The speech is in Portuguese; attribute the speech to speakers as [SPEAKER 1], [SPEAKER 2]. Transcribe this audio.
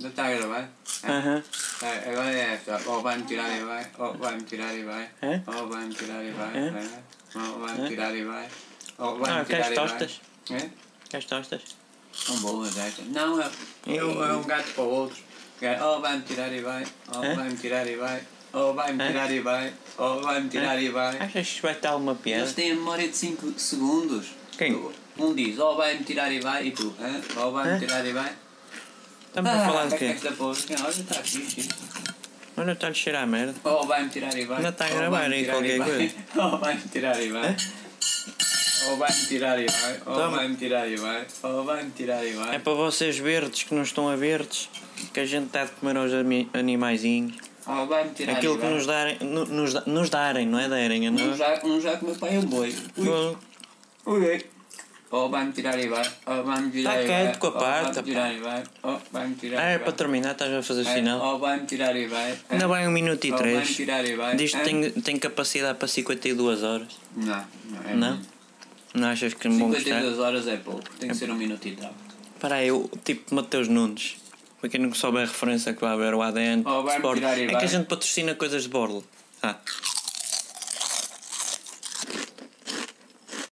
[SPEAKER 1] Não está a gravar?
[SPEAKER 2] Aham.
[SPEAKER 1] Vai, Agora é essa. Ou vai-me tirar e vai. Ou vai-me tirar e vai.
[SPEAKER 2] É?
[SPEAKER 1] Ou vai-me tirar e vai.
[SPEAKER 2] É?
[SPEAKER 1] vai. Ou vai-me
[SPEAKER 2] É?
[SPEAKER 1] tirar e vai. Ou
[SPEAKER 2] Ah,
[SPEAKER 1] vai-me tirar
[SPEAKER 2] queres
[SPEAKER 1] e vai.
[SPEAKER 2] tostas?
[SPEAKER 1] É?
[SPEAKER 2] Queres tostas?
[SPEAKER 1] São boas estas. Não, é, é, um,
[SPEAKER 2] Hum.
[SPEAKER 1] é um gato para o outro. Que é, ou vai-me tirar e vai. Ou
[SPEAKER 2] É?
[SPEAKER 1] vai-me tirar e vai. Ou vai-me
[SPEAKER 2] É?
[SPEAKER 1] tirar e vai. Ou vai-me tirar e vai.
[SPEAKER 2] Achas que isto vai ter alguma piada?
[SPEAKER 1] Eles têm a memória de 5 segundos.
[SPEAKER 2] Quem?
[SPEAKER 1] Um diz, ou vai-me tirar e vai, e tu, hã? ou vai-me
[SPEAKER 2] Hã?
[SPEAKER 1] tirar e vai.
[SPEAKER 2] Estamos a falar de
[SPEAKER 1] que é
[SPEAKER 2] quê?
[SPEAKER 1] esta porra? Olha, está aqui, sim.
[SPEAKER 2] Mas não está a cheirar a merda.
[SPEAKER 1] Ou vai-me tirar e vai.
[SPEAKER 2] Ainda está a
[SPEAKER 1] ou
[SPEAKER 2] gravar
[SPEAKER 1] vai-me
[SPEAKER 2] aí
[SPEAKER 1] tirar e
[SPEAKER 2] qualquer
[SPEAKER 1] vai. Ou vai-me tirar e vai.
[SPEAKER 2] Hã?
[SPEAKER 1] Ou vai-me tirar e vai. Ou
[SPEAKER 2] Toma.
[SPEAKER 1] vai-me tirar e vai. Ou vai-me tirar e
[SPEAKER 2] É
[SPEAKER 1] vai.
[SPEAKER 2] para vocês verdes que não estão a verdes que a gente está de comer aos ami- animaizinhos.
[SPEAKER 1] Ou vai-me tirar
[SPEAKER 2] Aquilo
[SPEAKER 1] e
[SPEAKER 2] que
[SPEAKER 1] vai.
[SPEAKER 2] nos darem, nu- nos, da- nos darem, não é darem, a
[SPEAKER 1] Um
[SPEAKER 2] nós.
[SPEAKER 1] já, um já que meu pai é um boi. Ui,
[SPEAKER 2] Bom,
[SPEAKER 1] ui. Ou vai-me tirar e vai. Ou vai-me tirar e vai.
[SPEAKER 2] Tá quieto com a
[SPEAKER 1] ou
[SPEAKER 2] parte,
[SPEAKER 1] vai-me tirar e vai. Ou vai-me tirar
[SPEAKER 2] Ah,
[SPEAKER 1] e
[SPEAKER 2] é
[SPEAKER 1] vai.
[SPEAKER 2] para terminar, estás a fazer
[SPEAKER 1] É,
[SPEAKER 2] sinal.
[SPEAKER 1] Ou vai-me tirar e vai. É,
[SPEAKER 2] Ainda vai um minuto e
[SPEAKER 1] ou vai-me
[SPEAKER 2] três.
[SPEAKER 1] tirar e vai.
[SPEAKER 2] Diz que
[SPEAKER 1] É.
[SPEAKER 2] tem, tem capacidade para 52 horas.
[SPEAKER 1] Não, não é
[SPEAKER 2] Não?
[SPEAKER 1] muito.
[SPEAKER 2] Não achas que me vão gostar?
[SPEAKER 1] 52 horas é pouco, tem que ser um minuto e tal.
[SPEAKER 2] Para aí, o tipo de Mateus Nunes. Para quem não souber a referência que vai haver, o ADN,
[SPEAKER 1] Oh, vai-me
[SPEAKER 2] Sport.
[SPEAKER 1] tirar e
[SPEAKER 2] É
[SPEAKER 1] vai.
[SPEAKER 2] que a gente patrocina coisas de borla. Ah,